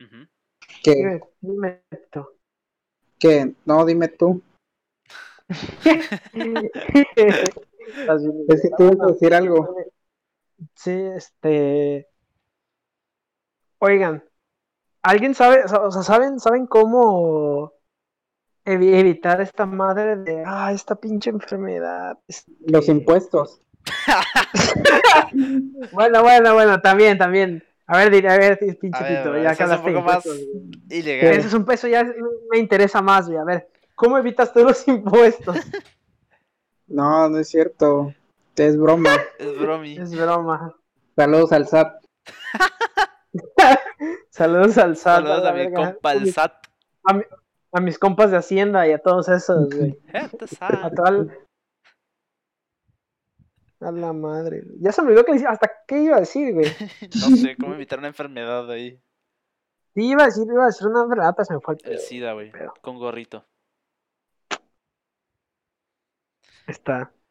Ujú. Que, Dime, dime esto. que, no, dime tú. Es que tú ibas a decir algo. Sí, este. Oigan, ¿alguien sabe, o sea, saben, saben cómo evi- evitar esta madre de, ah, esta pinche enfermedad? Los impuestos. Bueno, bueno, bueno, también, también. A ver, diré, a ver, pinche A ver, Tito, bueno, ya eso que es un hablaste de poco más impuestos, güey. Ilegal. Ese es un peso, ya me interesa más, güey. A ver, ¿cómo evitas tú los impuestos? No, no es cierto. Es broma. Es bromi. Es broma. Saludos al SAT. Saludos al SAT. Saludos la a mi verga. compa el SAT. A mis compas de Hacienda y a todos esos, güey. Eh, te A SAT. toda la... A la madre. Ya se me olvidó que le- hasta qué iba a decir, güey. No sé cómo evitar una enfermedad ahí. Sí, iba a decir, iba a decir una verdad, pero se me fue el El pedo. SIDA, güey. Con gorrito. Está.